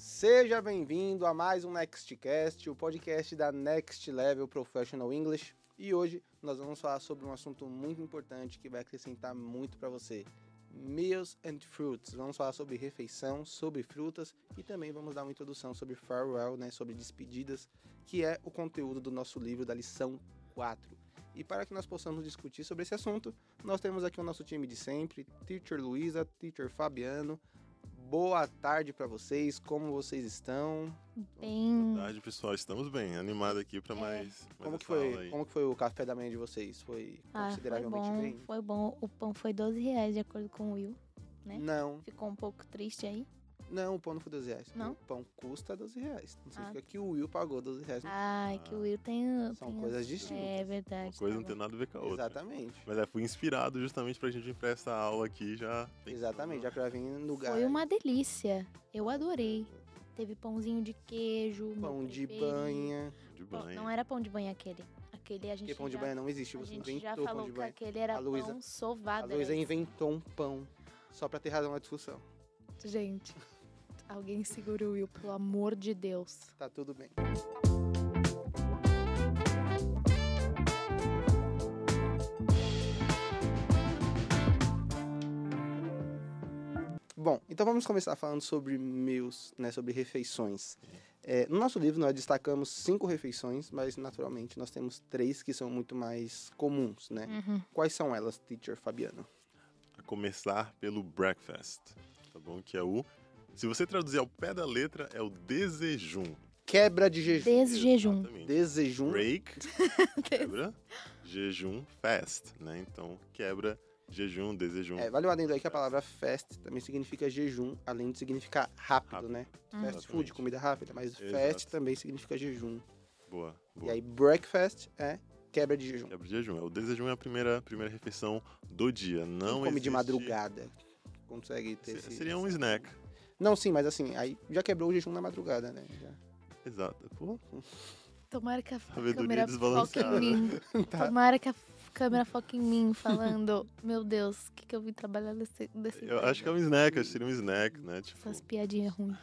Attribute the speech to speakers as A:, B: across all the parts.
A: Seja bem-vindo a mais um Nextcast, o podcast da Next Level Professional English. E hoje nós vamos falar sobre um assunto muito importante que vai acrescentar muito para você. Meals and fruits. Vamos falar sobre refeição, sobre frutas e também vamos dar uma introdução sobre farewell, né, sobre despedidas, que é o conteúdo do nosso livro da lição 4. E para que nós possamos discutir sobre esse assunto, nós temos aqui o nosso time de sempre, Teacher Luísa, Teacher Fabiano. Boa tarde para vocês, como vocês estão?
B: Bem,
C: Boa tarde, pessoal. Estamos bem, animado aqui para mais, mais
A: Hum. É. Como que,
C: essa aula
A: foi,
C: aí.
A: como que foi o café da manhã de vocês? Foi
B: ah, foi
A: consideravelmente
B: bom,
A: bem?
B: foi bom. O pão foi 12 reais, de acordo com o Will. né?
A: Não,
B: Ficou um pouco triste aí.
A: não, o pão não foi 12 reais.
B: Não?
A: O pão custa 12 reais. Não significa
B: Ah.
A: que o Will pagou 12 reais.
B: Ai, que o Will tem...
A: Ah, São
B: tem-
A: coisas distintas.
B: É verdade.
C: Uma coisa
B: tá
C: não tem
B: bom.
C: nada a ver com a outra.
A: Exatamente.
C: Mas é, fui inspirado justamente pra gente ir pra essa aula aqui já. tem-
A: Exatamente, já pra vir no lugar.
B: Foi uma delícia. Eu adorei. Teve pãozinho de queijo, meu
A: Pão de
B: preferido.
A: banha.
C: De
B: Pão-
C: banho.
A: é-
B: Não era pão de banho aquele. Aquele a gente
A: Porque pão de
B: já...
A: banha não existe,
B: A
A: você
B: gente já
A: inventou pão
B: falou né?
A: de
B: que
A: banho.
B: aquele era
A: A Luísa-
B: pão
A: A
B: sovado.
A: Luísa
B: era
A: inventou um pão só pra ter razão na discussão.
B: isso. Gente, alguém segura o Will, pelo amor de Deus.
A: Tá tudo bem. Bom, então vamos começar falando sobre meals, né, sobre refeições. É, no nosso livro nós destacamos cinco refeições, mas naturalmente nós temos três que são muito mais comuns, né? Quais são elas, teacher Fabiano?
C: A começar pelo breakfast, tá bom? Que é o. Se você traduzir ao pé da letra, é o desejum.
A: Quebra de jejum.
B: Desjejum.
C: Exatamente.
A: Desejum.
C: Break,
A: É
C: quebra, jejum, fast, né? Então, quebra, jejum, desejum.
A: É, vale o adendo aí que a palavra fast também significa jejum, além de significar rápido,
C: Rápido,
A: né? Fast
C: exatamente.
A: food, comida rápida, mas
C: Exato.
A: fast também significa jejum.
C: Boa,
A: E
C: boa.
A: aí breakfast é quebra de jejum.
C: Quebra de jejum. É, O desejum é a primeira, primeira refeição do dia.
A: Quem
C: Não
A: come de
C: existe-
A: madrugada. Consegue ter
C: Se-
A: esse...
C: Seria um snack.
A: Não, sim, mas assim, aí já quebrou o jejum na madrugada, né? Já.
C: Exato. Pô,
B: Tomara que a
C: Sabedoria
B: câmera foque em
C: desbalanceada.
B: mim.
A: Tá.
B: Tomara que a f- câmera foque em mim, falando, meu Deus, o que, que eu vim trabalhar desse, desse
C: eu acho que é um snack, acho que seria um snack, né? Tipo,
B: Essas piadinhas ruins.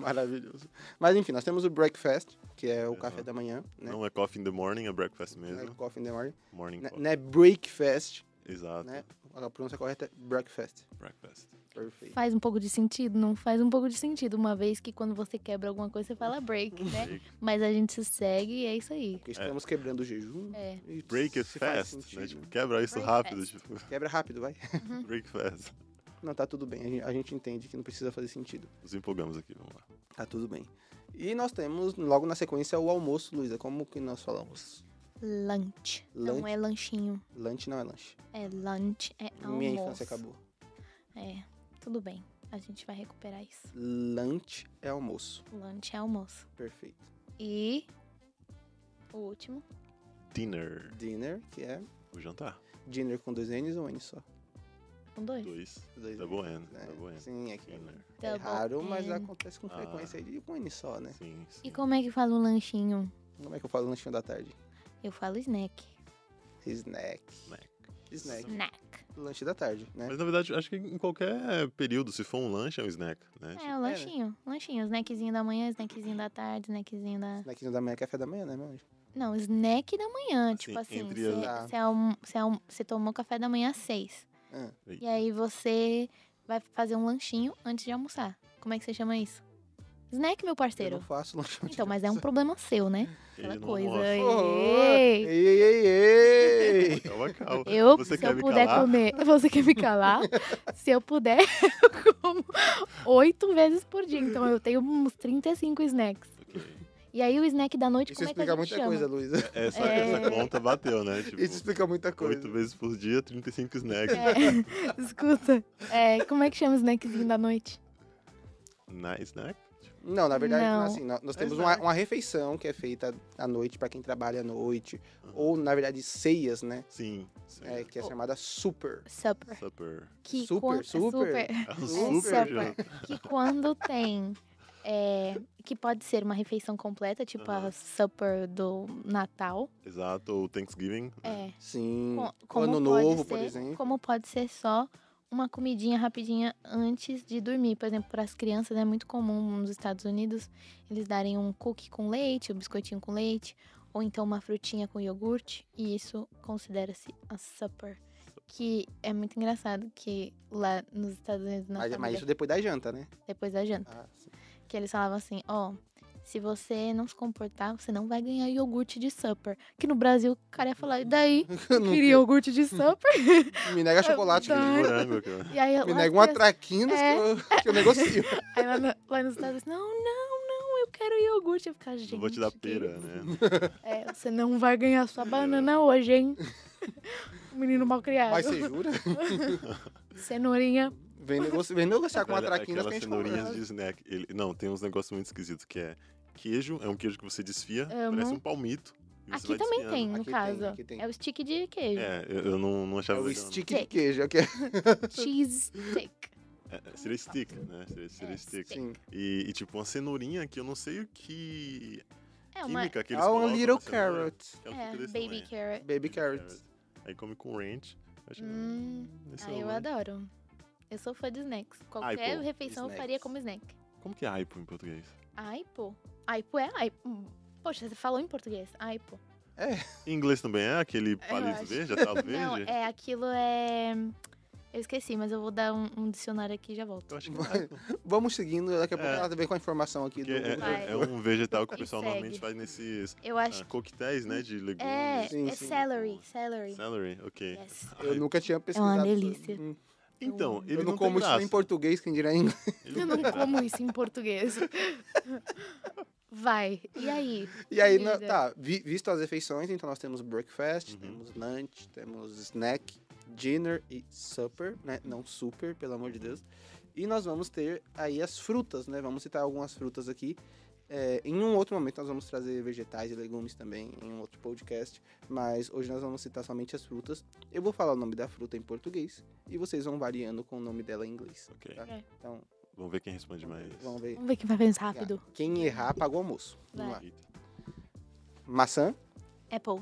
A: Maravilhoso. Mas enfim, nós temos o breakfast, que é o
C: Aham.
A: café da manhã, né?
C: não é coffee in the morning, é breakfast
A: Né?
C: mesmo.
A: Coffee in the morning.
C: Morning
A: Né,
C: coffee.
A: né, breakfast,
C: Exato.
A: né? A pronúncia correta é breakfast.
C: Breakfast.
A: Perfeito.
B: Faz um pouco de sentido? Não faz um pouco de sentido, uma vez que quando você quebra alguma coisa, você fala break, né?
C: Break.
B: Mas a gente se segue e é isso aí.
A: Porque estamos quebrando o jejum.
B: É.
A: e
C: Break it
A: se faz
C: fast, né?
A: sentido. Uhum.
C: Tipo, quebra isso
B: Break
C: rápido,
B: fast.
C: tipo,
A: Quebra rápido, vai.
C: break fast.
A: Não, tá tudo bem. A gente, a gente entende que não precisa fazer sentido.
C: Nos empolgamos aqui, vamos lá.
A: Tá tudo bem. E nós temos, logo na sequência, o almoço, Luísa. Como que nós falamos?
B: Lunch. Não
A: Lunch?
B: é lanchinho.
A: Lanche não é lanche.
B: É lunch, é almoço.
A: Minha infância acabou.
B: É, tudo bem. A gente vai recuperar isso.
A: Lanche é almoço.
B: Lunch é almoço.
A: Perfeito.
B: E o último,
C: Dinner.
A: Dinner, que é
C: O jantar.
A: dinner com dois N's ou um N só?
B: com um, dois. Tá
C: Dois. Tá
A: Dois
C: Double N.
A: né?
C: Double N.
A: Sim, é que
C: Dinner.
A: é
B: Double
A: raro, mas
B: N.
A: acontece com
C: Ah.
A: frequência aí de com N só, né?
C: Sim, sim.
B: E como é que fala o lanchinho?
A: Como é que eu falo lanchinho da tarde?
B: Eu falo snack.
A: Snack.
C: Snack.
A: Snack.
B: Snack.
A: Lanche da tarde, né?
C: Mas na verdade, acho que em qualquer período, se for um lanche, é um snack, né?
B: É, o lanchinho. Lanchinho. Snackzinho da manhã, snackzinho da tarde, snackzinho da.
A: Snackzinho da manhã é café da manhã, né, meu anjo?
B: Não, snack da manhã.
C: Assim,
B: tipo assim,
C: entre
B: você
A: as-
B: você alm- você alm- você tomou café da manhã às seis.
A: Ah,
B: E aí você vai fazer um lanchinho antes de almoçar. Como é que você chama isso? Snack,
A: eu
B: meu
A: não
B: parceiro.
A: faço lanche.
B: Então, mas é um problema seu, né?
C: Ele
B: Aquela
C: não
B: coisa.
C: almoça.
A: Ei,
B: Ei.
A: ei, ei, ei!
C: Calma, calma.
B: Eu,
C: Você
B: se
C: quer
B: eu
C: me
B: puder
C: calar?
B: comer, você quer me calar? se eu puder, eu como oito vezes por dia. Então eu tenho uns 35 snacks.
C: Ok.
B: E aí o snack da noite,
A: Isso
B: como é que a
A: explica
B: gente
A: muita coisa,
B: chama?
A: né? Luísa.
C: Essa,
B: É.
C: essa conta bateu, né? Tipo,
A: Isso explica muita coisa.
C: oito vezes por dia, 35
B: É,
C: snacks.
B: escuta, é, como é que chama o snackzinho da noite? É.
C: Na snack?
A: Não, na verdade,
B: Não.
A: assim, nó- nós temos
C: Exato.
A: uma, uma refeição que é feita à noite pra quem trabalha à noite, ou na verdade ceias, né?
C: Sim. sim.
A: É,
B: Oh.
A: que é chamada super.
B: Supper.
C: Supper.
B: Que
A: Super,
B: quan-
A: super.
C: É um
B: É
C: super,
B: supper.
C: João.
B: Que quando tem... é, que pode ser uma refeição completa, tipo a
C: Aham.
B: supper do Natal.
C: Exato, ou Thanksgiving. né?
B: É,
A: Sim.
B: Co-
A: Hum, Ano
B: pode
A: novo,
B: ser-
A: por exemplo.
B: Como pode ser só uma comidinha rapidinha antes de dormir. Por exemplo, para as crianças é muito comum nos Estados Unidos eles darem um cookie com leite, um biscoitinho com leite, ou então uma frutinha com iogurte, e isso considera-se a supper. Que é muito engraçado que lá nos Estados Unidos, na
A: Mas, é
B: família,
A: mas isso depois da janta, né?
B: depois da janta,
A: Ah, sim.
B: que eles falavam assim, ó, se você não se comportar, você não vai ganhar iogurte de supper. Que no Brasil o cara ia falar, e daí?
A: Não-
B: Queria iogurte de supper?
A: me nega chocolate,
B: Tá.
A: me
C: Morango, cara.
B: E aí, lá as
A: nega um uma
B: crianças-
A: traquinas
B: É.
A: que, eu, que eu negocio.
B: Aí lá, no, lá nos Estados Unidos, não, não, não, eu quero iogurte. Eu ficava, gente.
C: Não vou te dar
B: que
C: pera,
B: isso?
C: né?
B: É, você não vai ganhar sua banana hoje, hein? Menino mal criado.
A: Mas você jura?
B: Cenourinha.
A: Vem, negoci... Vem negociar com a
C: Aquela-
A: traquinas que a gente
C: Aquelas cenourinhas
A: compra.
C: de snack. Ele- não, tem uns negócios muito esquisitos que é queijo, é um queijo que você desfia,
B: Amo.
C: parece um palmito. e você
B: Aqui
C: vai
B: também
C: desfiando.
B: tem, no
A: Aqui tem,
B: caso.
A: aqui tem.
B: É o stick de queijo.
C: É, eu, eu não, não
A: É
C: achava
A: o
C: legal, não.
A: stick de
B: Steak.
A: queijo. é o que é-
B: Cheese stick.
C: É, é, seria stick, né? Seria, seria
B: É,
C: stick.
B: stick.
A: Sim.
C: E, e tipo uma cenourinha que eu não sei o que
B: É uma
C: química que
A: É
C: eles
A: um
C: colocam na
A: little
C: cenoura,
A: carrot.
C: que ela
B: é,
C: fica desse
B: baby
C: tamanho.
B: carrot.
A: Baby carrot.
C: Aí come com ranch. Acho que-
B: Hum,
C: esse
B: Ah,
C: é o
B: eu
C: ranch.
B: adoro. Eu sou fã de snacks. Qualquer
C: Aipo,
B: refeição eu faria
A: snacks.
B: como snack.
C: Como que é aipo em português?
B: Aipo? Aipo é aipo. Poxa, você falou em português. Aipo.
C: Em inglês também é aquele palito
B: acho.
C: verde, a tábua
B: Não,
C: verde?
B: é aquilo é. Eu esqueci, mas eu vou dar um, um dicionário aqui e já volto.
C: Eu acho que é aipo.
A: Vamos seguindo, daqui a pouco
C: É.
A: ela vem com a informação aqui
C: Porque
A: do
C: é,
A: Google.
B: Vai.
C: é- é um vegetal que o
B: E
C: pessoal
B: segue.
C: normalmente faz nesses
B: Eu acho
C: ah, coquetéis, né? De
B: que
C: legumes.
B: é,
A: Sim,
B: é
A: sim.
B: celery, celery.
C: Celery, ok.
B: Yes.
A: Eu
C: Ai,
A: nunca tinha pesquisado. sobre.
B: delícia.
A: Hum.
C: Então, é, ele
A: Eu não,
C: tem
A: como isso
C: graça.
A: nem em português, quem dirá em inglês.
C: Ele
B: Eu não
C: tem graça.
B: como isso em português. Vai, e aí?
A: E aí, na-
B: Comida.
A: tá, vi- visto as refeições, então nós temos breakfast,
C: Uhum.
A: temos lunch, temos snack, dinner e supper, né? Não super, pelo amor de Deus. E nós vamos ter aí as frutas, né? Vamos citar algumas frutas aqui. É, em um outro momento nós vamos trazer vegetais e legumes também em um outro podcast, mas hoje nós vamos citar somente as frutas. Eu vou falar o nome da fruta em português e vocês vão variando com o nome dela em inglês.
C: Ok,
A: Tá?
B: É.
A: Então,
C: vamos ver quem responde mais.
A: vamos ver.
B: Vamos ver quem vai mais rápido.
A: Quem errar, paga o almoço. Vamos lá.
B: Vai.
C: Eita.
A: Maçã,
B: Apple,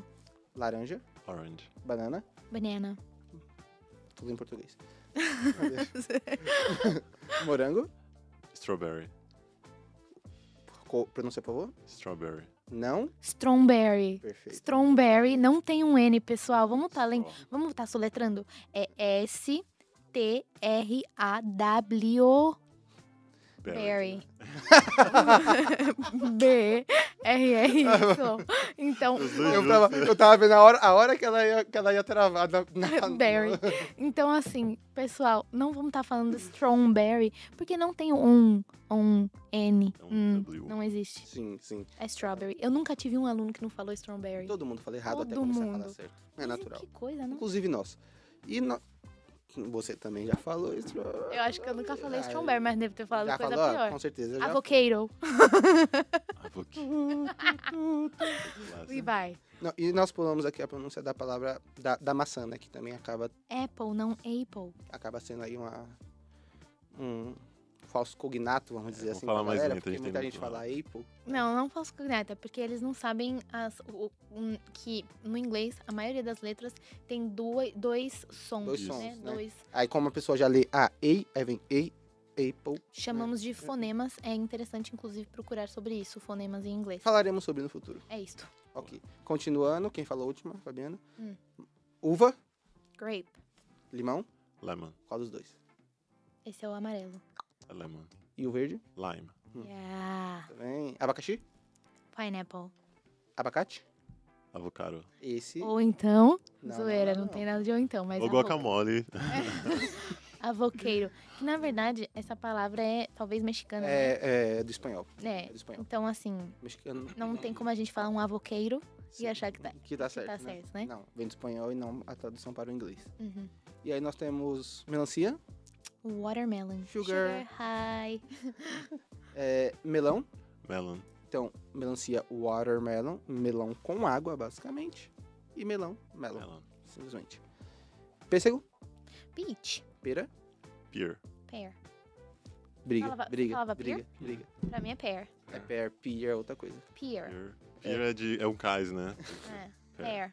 A: laranja,
C: Orange.
A: banana,
B: banana,
A: Tudo em português. Morango.
C: Strawberry.
A: Co pronuncia, por favor.
C: Strawberry.
A: Não.
B: strawberry.
A: Perfeito.
B: Strawberry, não tem um N, pessoal. Vamos tá lendo.
C: Straw.
B: Vamos estar soletrando. É S T R A W
C: Berry.
B: Berry. B R R Y. Então,
C: Os dois
A: Eu
C: juntos,
A: tava,
C: né?
A: eu tava vendo a hora, a hora que, ela ia, que ela ia travar. Na, na,
B: Berry. Então, assim, pessoal, não vamos estar falando strawberry, porque não tem um, um N.
C: É
A: tá
C: um
B: Hum,
C: W.
B: não existe.
A: Sim, sim.
B: É strawberry. Eu nunca tive um aluno que não falou strawberry.
A: Todo mundo fala errado até
B: Todo
A: começar a falar
B: mundo.
A: certo. É
B: Mas
A: natural.
B: Que coisa, não?
A: Inclusive nós. E no- você também já falou isso.
B: Eu acho que eu nunca falei
A: Ah,
B: strawberry, mas devo ter falado
A: já
B: coisa
A: falou? Ah, é assim.
B: pior.
A: Com certeza já.
B: Avocado.
C: Avoc.
B: E
C: Clássico.
B: vai.
A: Não, e nós pulamos aqui a pronúncia da palavra da, da maçã, né? Que também acaba,
B: Apple, não apple.
A: acaba sendo aí uma... Um falso cognato, vamos dizer
C: É, vamos
A: assim.
C: falar
A: pra
C: mais
A: galera,
C: lento, a
A: porque
C: gente tem
A: muita
C: muito
A: gente fala Apple.
B: Não, não falso cognata, porque eles não sabem as, o, o- que no inglês a maioria das letras tem duas, dois sons,
A: Dois
B: né?
A: sons, né?
B: Dois.
A: Aí como a pessoa já lê A, E, aí vem E, Apple.
B: Chamamos de fonemas. É interessante, inclusive, procurar sobre isso, fonemas em inglês.
A: Falaremos sobre no futuro.
B: É isto.
A: Ok. Continuando, quem falou a última, Fabiana?
B: Hum.
A: Uva,
B: Grape.
A: limão,
C: Lemon.
A: qual dos dois?
B: Esse é o amarelo.
C: É Lemon.
A: E o verde?
C: Lime.
A: Hum.
B: Yeah.
A: Também. Abacaxi?
B: Pineapple.
A: Abacate?
C: Avocado.
A: Esse.
B: Ou então.
A: Não,
B: zoeira,
A: não, não,
B: não,
A: não.
B: tem nada de ou então, mas.
C: Ou
B: arroba.
C: guacamole.
B: Avoqueiro. Que na verdade, essa palavra é talvez mexicana, né?
A: É, é do espanhol.
B: né?
A: É do espanhol.
B: Então, assim,
A: Mexicano.
B: não tem como a gente falar um avoqueiro e achar que tá,
A: Que tá
B: que
A: certo.
B: tá
A: né?
B: certo, né?
A: Não, vem do espanhol e não a tradução para o inglês.
B: Uhum.
A: E aí nós temos melancia,
B: Watermelon.
A: Sugar.
B: high.
A: é, melão.
C: Melon.
A: Então, melancia watermelon, melão com água, basicamente. E melão, melon,
C: Melon.
A: simplesmente. Pêssego,
B: Peach.
A: pera,
C: Pear.
B: Pear.
A: briga,
B: Falava-
A: briga,
B: falava
A: briga, briga.
B: Pra mim é pear.
A: É pear, pear é outra coisa.
B: Pear.
C: Pear. Pear é, de, é um cais, né?
B: É.
C: Pear.
B: Pear.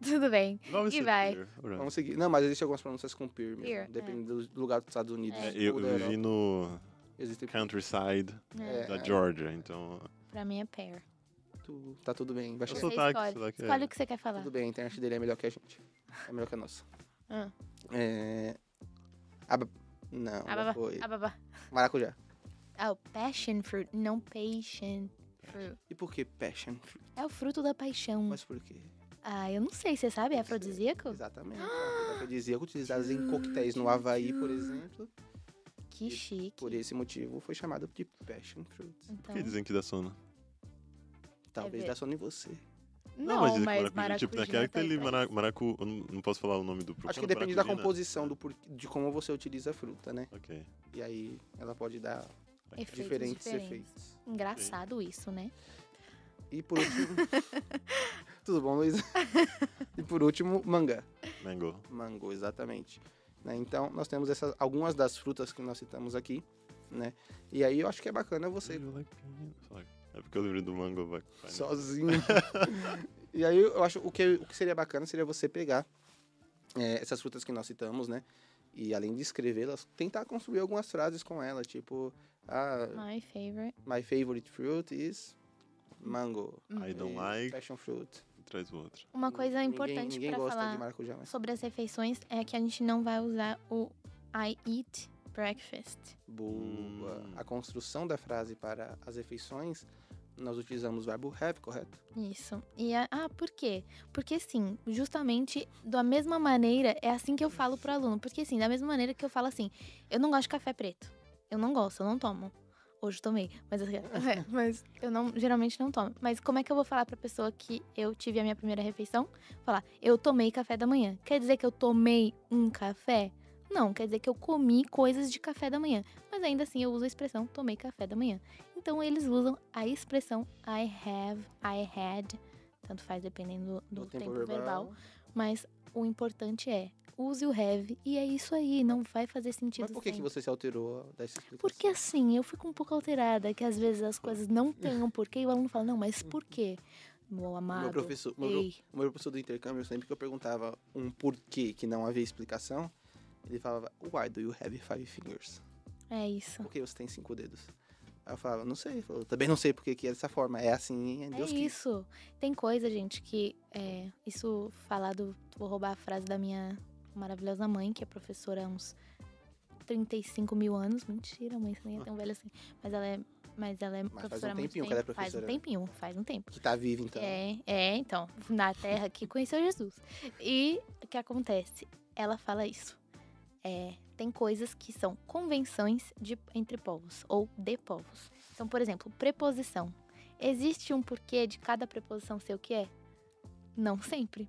B: Tudo bem.
C: Vamos
B: E
C: ser
B: vai.
C: peer. Alright.
A: Vamos seguir. Não, mas existem algumas pronúncias com peer mesmo.
B: Peer, é.
A: depende do lugar dos Estados Unidos.
C: É,
A: ou
C: eu
A: da
C: eu
A: Europa.
C: vivi no
A: Existem
C: countryside
B: É,
A: É.
C: da Georgia, então.
B: pra mim é pair.
A: Tu- Tá tudo bem, vai
C: Eu
A: chegar.
C: sou
B: Você
C: sotaque,
B: escolhe.
C: sotaque é-
B: escolhe o que você quer falar.
A: Tudo bem, a internet dele é melhor que a gente. É melhor que a nossa.
B: Ah.
A: É... Aba... Não,
B: Ah,
A: não
B: babá,
A: foi.
B: ah, babá.
A: Maracujá.
B: Ah, o passion fruit, não patient fruit.
A: E por que passion fruit?
B: É o fruto da paixão.
A: Mas por quê?
B: Ah, eu não sei, você sabe? É
A: Não sei.
B: afrodisíaco?
A: Exatamente. é Afrodisíaco utilizados em coquetéis no Havaí, por exemplo.
B: Que chique.
A: Por esse motivo foi chamado de passion fruit.
C: Por
B: Então,
C: que dizem que dá sono?
A: Talvez
B: É ver.
A: dá sono em você.
B: não,
C: dizem
B: mas,
C: que maracujá. Tipo,
B: maracujá
C: naquela que
B: tá
C: tem ali
B: aí.
C: mara- maracu. Eu não não posso falar o nome do produto.
A: Acho que depende da composição,
C: né?
A: do por... de como você utiliza a fruta, né?
C: Ok.
A: E aí ela pode dar
B: Efeitos
A: diferentes,
B: diferentes.
A: efeitos.
B: Engraçado isso, né?
A: E por último. Tudo bom, Luísa? e por último, manga.
C: Mango.
A: Mango, exatamente. Né, Então, nós temos essas, algumas das frutas que nós citamos aqui, né? E aí eu acho que é bacana você
C: Do you like piña? Sorry. É porque eu lembrei do mango. Vai, vai, né?
A: sozinho. e aí eu acho o que é, o que seria bacana seria você pegar é, essas frutas que nós citamos, né? E além de escrevê-las, tentar construir algumas frases com ela, tipo, ah,
B: My favorite.
A: my favorite fruit is mango.
C: I don't
A: E
C: like.
A: Passion fruit.
C: Traz o outro.
B: Uma coisa
A: Ninguém-
B: importante
A: ninguém
B: pra
A: gosta
B: falar
A: de maracujá, mas
B: sobre as refeições é que a gente não vai usar o I eat breakfast.
A: boa.
C: Hum.
A: A construção da frase para as refeições, nós utilizamos verbo have, correto?
B: Isso. E a- ah, por quê? Porque sim, justamente da mesma maneira é assim que eu falo pro aluno. Porque assim, da mesma maneira que eu falo assim, eu não gosto de café preto. Eu não gosto, eu não tomo. Hoje eu tomei, mas, assim, é, mas eu não, geralmente não tomo. Mas como é que eu vou falar pra pessoa que eu tive a minha primeira refeição? Falar, eu tomei café da manhã. Quer dizer que eu tomei um café? Não, quer dizer que eu comi coisas de café da manhã. Mas ainda assim eu uso a expressão tomei café da manhã. Então eles usam a expressão I have, I had, tanto faz dependendo do, tempo, verbal. Mas o importante é use o have e é isso aí, não vai fazer sentido.
A: Mas por que, que
B: sempre.
A: você se alterou dessa explicação?
B: Porque assim, eu fico um pouco alterada, que às vezes as coisas não têm um porquê e o aluno fala, não, mas por quê? Meu amado.
A: Uhum. meu professor, meu, pro-
B: ei,
A: meu professor do intercâmbio, sempre que eu perguntava um porquê que não havia explicação, ele falava, why do you have five fingers?
B: É isso.
A: Por que você tem cinco dedos? Aí eu falava, não sei. Ele falou, também não sei por que que é dessa forma. É assim, é Deus
B: é
A: quis.
B: isso. Tem coisa, gente, que. é, isso falado. Vou roubar a frase da minha maravilhosa mãe, que é professora há uns 35 mil anos. Mentira, mãe, você nem é tão velha assim. Mas ela é. Mas ela é
A: faz um
B: professora há muito
A: tempinho
B: tempo.
A: que ela é
B: faz um
A: professora, né?
B: tempinho, faz um tempo.
A: Que tá vivo, então.
B: É, é, então, na terra que conheceu Jesus. E o que acontece? Ela fala isso. É, tem coisas que são convenções de- entre povos, ou de povos. Então, por exemplo, preposição. Existe um porquê de cada preposição ser o que é? Não sempre.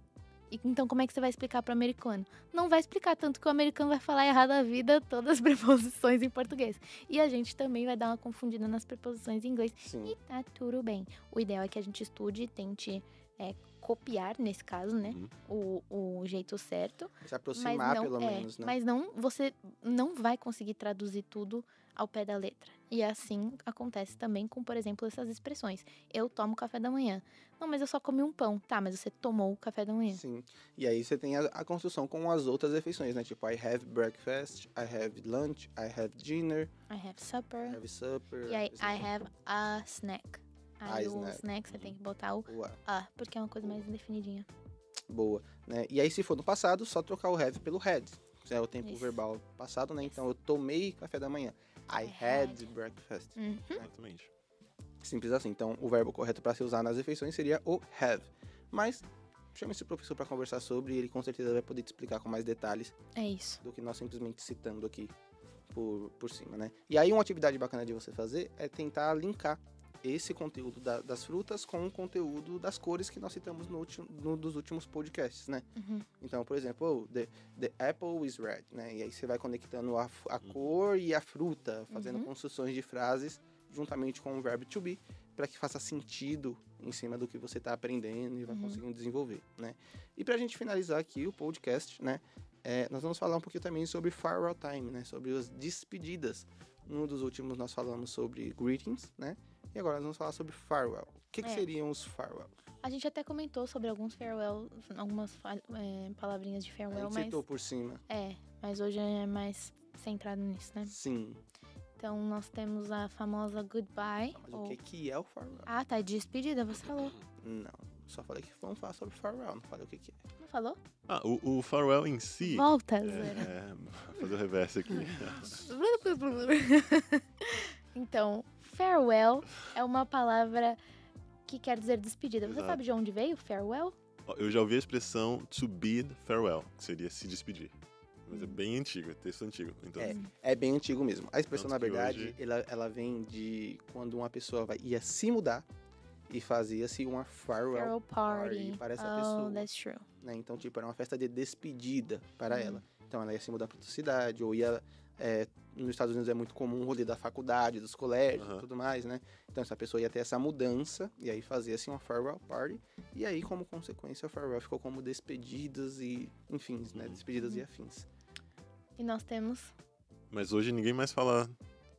B: E, então, como é que você vai explicar para o americano? Não vai explicar, tanto que o americano vai falar errado a vida todas as preposições em português. E a gente também vai dar uma confundida nas preposições em inglês.
A: Sim.
B: E tá tudo bem. O ideal é que a gente estude e tente é, copiar, nesse caso, né?
C: Uhum.
B: O, o jeito certo.
A: Se aproximar,
B: mas não,
A: pelo
B: é,
A: menos, né?
B: Mas não, você não vai conseguir traduzir tudo ao pé da letra. E assim acontece também com, por exemplo, essas expressões. Eu tomo café da manhã. Não, mas eu só comi um pão. Tá, mas você tomou o café da manhã.
A: Sim. E aí você tem a, a construção com as outras refeições, né? Tipo, I have breakfast, I have lunch, I have dinner,
B: I have
A: I
B: supper.
A: have supper.
B: E aí,
A: etc.
B: I have a snack. Aí
A: A
B: o
A: snack.
B: snack você tem que botar o
A: Boa.
B: a, porque é uma coisa mais definidinha.
A: Boa, né? E aí, se for no passado, só trocar o have pelo had. que É o tempo
B: Isso.
A: verbal passado, né? Então, eu tomei café da manhã. I
B: I
A: had
B: had.
A: breakfast.
B: Hum.
C: Exatamente.
A: Simples assim. Então, o verbo correto para se usar nas refeições seria o have. Mas, chame esse professor para conversar sobre e ele com certeza vai poder te explicar com mais detalhes
B: É isso.
A: do que nós simplesmente citando aqui por, por cima, né? E aí, uma atividade bacana de você fazer é tentar linkar esse conteúdo da- das frutas com o conteúdo das cores que nós citamos no último, no, dos últimos podcasts, né?
B: Uhum.
A: Então, por exemplo, oh, the, the apple is red, né? E aí você vai conectando a, f- a
C: Uhum.
A: cor e a fruta, fazendo
B: Uhum.
A: construções de frases juntamente com o verbo to be, para que faça sentido em cima do que você está aprendendo e vai
B: Uhum.
A: conseguindo desenvolver, né? E para a gente finalizar aqui o podcast, né? é, nós vamos falar um pouquinho também sobre farewell time, né? Sobre as despedidas Num dos últimos nós falamos sobre greetings, né? E agora nós vamos falar sobre farewell. O que, que
B: É.
A: seriam os farewell?
B: A gente até comentou sobre alguns farewell, algumas fa- é, palavrinhas de
A: A
B: farewell,
A: gente
B: mas.
A: citou por cima.
B: É, mas hoje é mais centrado nisso, né?
A: Sim.
B: Então nós temos a famosa goodbye.
A: Mas
B: ou-
A: o que, que é o farewell?
B: Oh. Ah, tá, de despedida, você falou.
A: Não. Só falei que vamos falar sobre farewell, não falei o que, que é.
B: Não falou?
C: Ah, o, o Farewell em si.
B: Volta,
C: É,
B: Zera.
C: é, fazer o reverso aqui.
B: então, farewell é uma palavra que quer dizer despedida. Você
C: Exato.
B: sabe de onde veio farewell?
C: Ó, Eu já ouvi a expressão to bid farewell, que seria se despedir. Mas é bem antigo, é texto antigo. Então,
A: Hum. É. É bem antigo mesmo. A expressão, na
C: Tanto que
A: verdade,
C: hoje-
A: ela, ela vem de quando uma pessoa vai- ia se mudar e fazia-se uma farewell,
B: Farewell party.
A: para essa
B: oh,
A: pessoa.
B: that's true.
A: né? Então, tipo, era uma festa de despedida para
C: Uhum.
A: ela. Então, ela ia se mudar para outra cidade, ou ia... é, nos Estados Unidos é muito comum o rolê da faculdade, dos colégios e
C: Aham.
A: tudo mais, né? Então, essa pessoa ia ter essa mudança, e aí fazia-se uma farewell party. E aí, como consequência, a farewell ficou como despedidas e... Enfim, né?
C: Uhum.
A: Despedidas e
B: Uhum.
A: afins.
B: E nós temos.
C: Mas hoje ninguém mais fala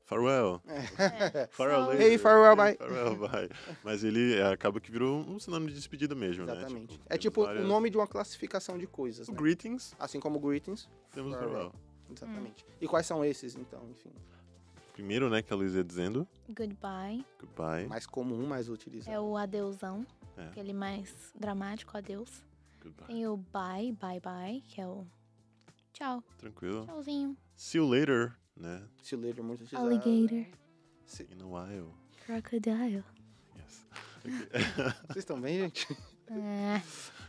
C: farewell.
B: É,
C: Farewell
B: so-
C: later.
A: Hey, farewell, bye.
C: Farewell, bye. Mas ele é, acaba que virou um sinônimo de despedida mesmo, né?
A: Exatamente. é
C: temos
A: tipo
C: várias-
A: o nome de uma classificação de coisas,
C: O
A: né?
C: greetings,
A: Assim como greetings.
C: temos
A: Farewell.
C: farewell.
A: Exatamente.
C: Hum.
A: E quais são esses, então, enfim?
C: Primeiro, né, que a Luísa ia dizendo,
B: Goodbye.
C: goodbye,
A: Mais comum, mais utilizado.
B: É o adeusão.
C: É.
B: Aquele mais dramático, adeus.
C: goodbye,
B: Tem o bye, bye, bye, que é o tchau,
C: tranquilo.
B: tchauzinho.
C: See you later, né,
A: Se ler é muito utilizado. né?
B: Alligator,
A: Se-
C: in a while.
B: crocodile.
C: Yes. Ok.
A: Vocês estão bem, gente?
B: Ah,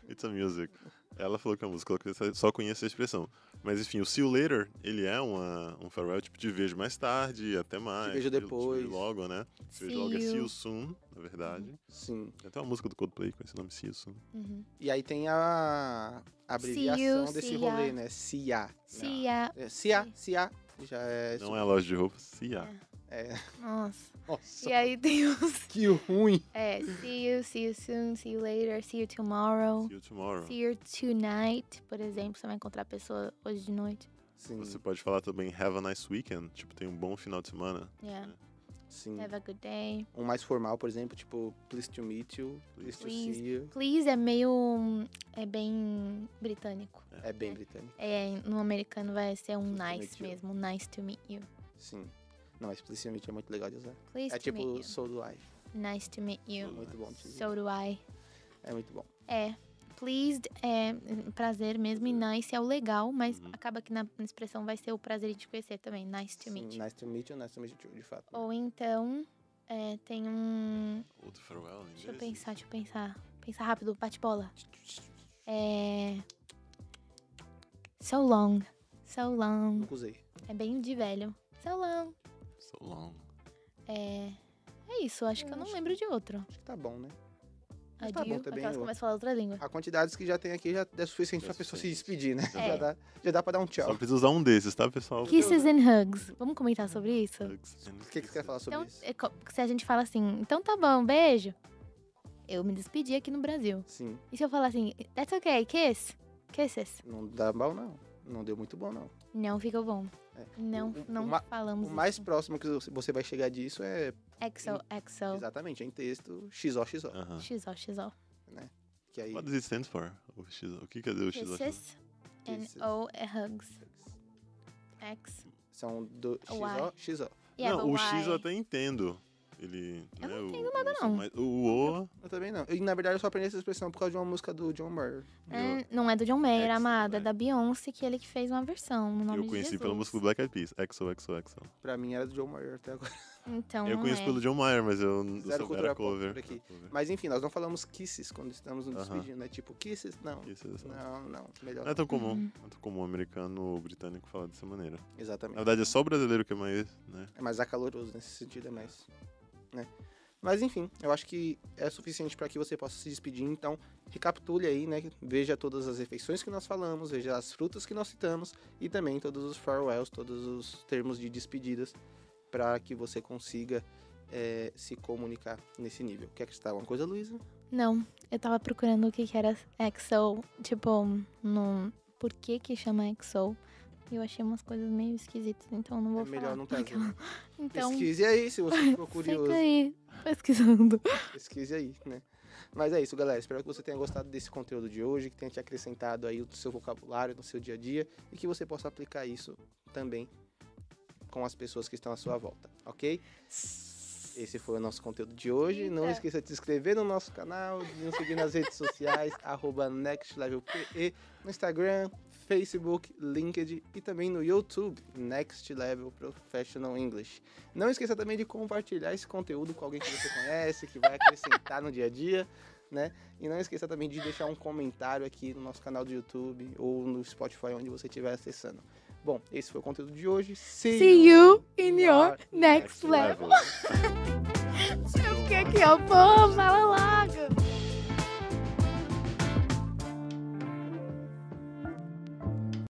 C: It's a music. Ela falou que é uma música, ela só conhece a expressão. Mas enfim, o see you later, ele é uma, um farewell tipo de vejo mais tarde, até mais.
A: vejo
C: te- te
A: depois. Uhum.
C: logo, né? Te vejo logo é see you soon, na verdade.
A: Sim.
C: Tem até uma música do Coldplay com esse nome, see you soon.
B: Uhum.
A: E aí tem a a abreviação
B: See you,
A: desse
B: see
A: rolê,
B: ya.
A: né? CIA.
B: See ya.
A: É, CIA, CIA. Já é...
C: Não é a loja de roupa, see ya.
B: É.
A: é.
B: Nossa.
A: Nossa,
B: E aí tem os.
A: que ruim.
B: É, see you, see you soon, see you later, see you tomorrow,
C: See you tomorrow.
B: see you tonight, por exemplo, você vai encontrar a pessoa hoje de noite.
A: Sim,
C: Você pode falar também have a nice weekend, tipo, tem um bom final de semana.
B: Yeah.
C: Uhum.
A: sim.
B: Have a good day.
A: Um mais formal, por exemplo, tipo, pleased to meet you, pleased to
B: Please.
A: see you.
B: Please é meio. hum, É bem britânico.
A: É bem britânico,
B: É, no americano vai ser um
A: Pleased to
B: nice
A: meet you.
B: mesmo. Nice to meet you.
A: sim. Não, mas pleased to meet you é muito legal de usar.
B: Pleased
A: É
B: to meet
A: tipo
B: you.
A: Soul do Life.
B: Nice to meet
A: É
B: you.
A: muito bom. de dizer.
B: So do I.
A: É muito bom.
B: É. Pleased é prazer mesmo e nice é o legal, mas
A: Uhum.
B: acaba que na na expressão vai ser o prazer de te conhecer também. Nice to
A: Sim,
B: meet you.
A: Nice to meet you, nice to meet you, de fato.
B: Ou então, é, tem um.
C: Outro farewell,
A: né?
C: em
B: Deixa eu
C: inglês?
B: pensar, deixa eu pensar. Pensar rápido, bate-bola. É. So long. So long.
A: Nunca usei.
B: É bem de velho. So long.
C: So long.
B: É. É isso, acho que eu não lembro de outro.
A: Acho que tá bom, né? Mas tá
B: Adieu,
A: bom também,
B: aquelas
A: eu-
B: que começam a falar outra língua.
A: A quantidade que já tem aqui já é suficiente
C: Já é
A: pra pessoa se
C: suficiente.
A: despedir, né?
B: É.
A: Já, dá, já dá pra dar um tchau.
C: Só precisa usar um desses, tá, pessoal?
B: Kisses and hugs. Vamos comentar sobre isso?
C: Hugs and
A: O que, que você quer
C: kisses.
A: falar sobre
B: Então,
A: Uhum. isso?
B: é co- se a gente fala assim, então tá bom, beijo. Eu me despedi aqui no Brasil.
A: Sim,
B: E se eu falar assim, that's okay, kiss? Kisses.
A: não dá bom, não. Não deu muito bom, não.
B: Não ficou bom.
A: É.
B: Não,
A: O- o-
B: não
A: o ma-
B: falamos
A: O mais próximo que você vai chegar disso é
B: isso. XO, XO,
A: exatamente é em texto XOXO.
C: Aham.
B: XO, XO.
A: Que aí.
C: What does it stand for? O, X, o que quer dizer o X?
B: Kisses, and
A: Kisses.
B: O é hugs. X. é
A: São do
B: Uai.
A: XO, XO.
B: Yeah,
C: não,
B: but
C: o X eu
B: why?
C: até entendo. Ele,
B: Eu
C: né,
B: não
C: o-
B: entendo
C: o-
B: nada, não.
C: Mas o O,
A: Eu também não. E na verdade eu só aprendi essa expressão por causa de uma música do John Mayer.
B: É, não é do John Mayer,
C: XO,
B: amada, é
C: é.
B: da Beyoncé, que ele que fez uma versão no nome
C: eu
B: de
C: conheci
B: Jesus.
C: pela música do Black Eyed Peas, XOXOXO.
A: Pra mim era do John Mayer até agora.
B: Então,
C: Eu
B: não
C: conheço
B: é.
C: pelo John Mayer, mas eu, eu
A: Zero
C: sou
A: cultura
C: era
A: pop por
C: cover.
A: aqui.
C: era cover.
A: Mas enfim, nós não falamos kisses quando estamos nos
C: Aham.
A: despedindo. É tipo kisses? Não.
C: Isso, isso. Não.
A: Não, não. Melhor.
C: é
A: não.
C: tão comum,
B: Uhum.
C: não é tão comum o americano ou britânico falar dessa maneira. Na
A: Exatamente.
C: verdade, é só o brasileiro que é mais, né?
A: É mais acaloroso nesse sentido, é mais. Né? Mas enfim, eu acho que é suficiente para que você possa se despedir. Então, recapitule aí, né? Veja todas as refeições que nós falamos, veja as frutas que nós citamos e também todos os farewells, todos os termos de despedidas para que você consiga eh, se comunicar nesse nível. Quer que está alguma coisa, Luísa?
B: Não, eu tava procurando o que que era XO, tipo, no... por que que chama XO? Eu achei umas coisas meio esquisitas, então não vou
A: É
B: falar.
A: melhor não trazer. né?
B: Então,
A: Pesquise aí se você ficou curioso.
B: fica aí pesquisando.
A: Pesquise aí, né? Mas é isso, galera. Espero que você tenha gostado desse conteúdo de hoje, que tenha te acrescentado aí o seu vocabulário, no seu dia a dia e que você possa aplicar isso também com as pessoas que estão à sua volta, ok? Esse foi o nosso conteúdo de hoje. Não
B: Eita.
A: esqueça de se inscrever no nosso canal, de nos seguir nas redes sociais, arroba NextLevelPE, no Instagram, Facebook, LinkedIn e também no YouTube, Next Level Professional English. Não esqueça também de compartilhar esse conteúdo com alguém que você conhece, que vai acrescentar no dia a dia, né? E não esqueça também de deixar um comentário aqui no nosso canal do YouTube ou no Spotify, onde você estiver acessando. Bom, esse foi o conteúdo de hoje. See,
B: See you in your next
A: level.
B: level. Eu fiquei aqui, ó, pô, fala lá.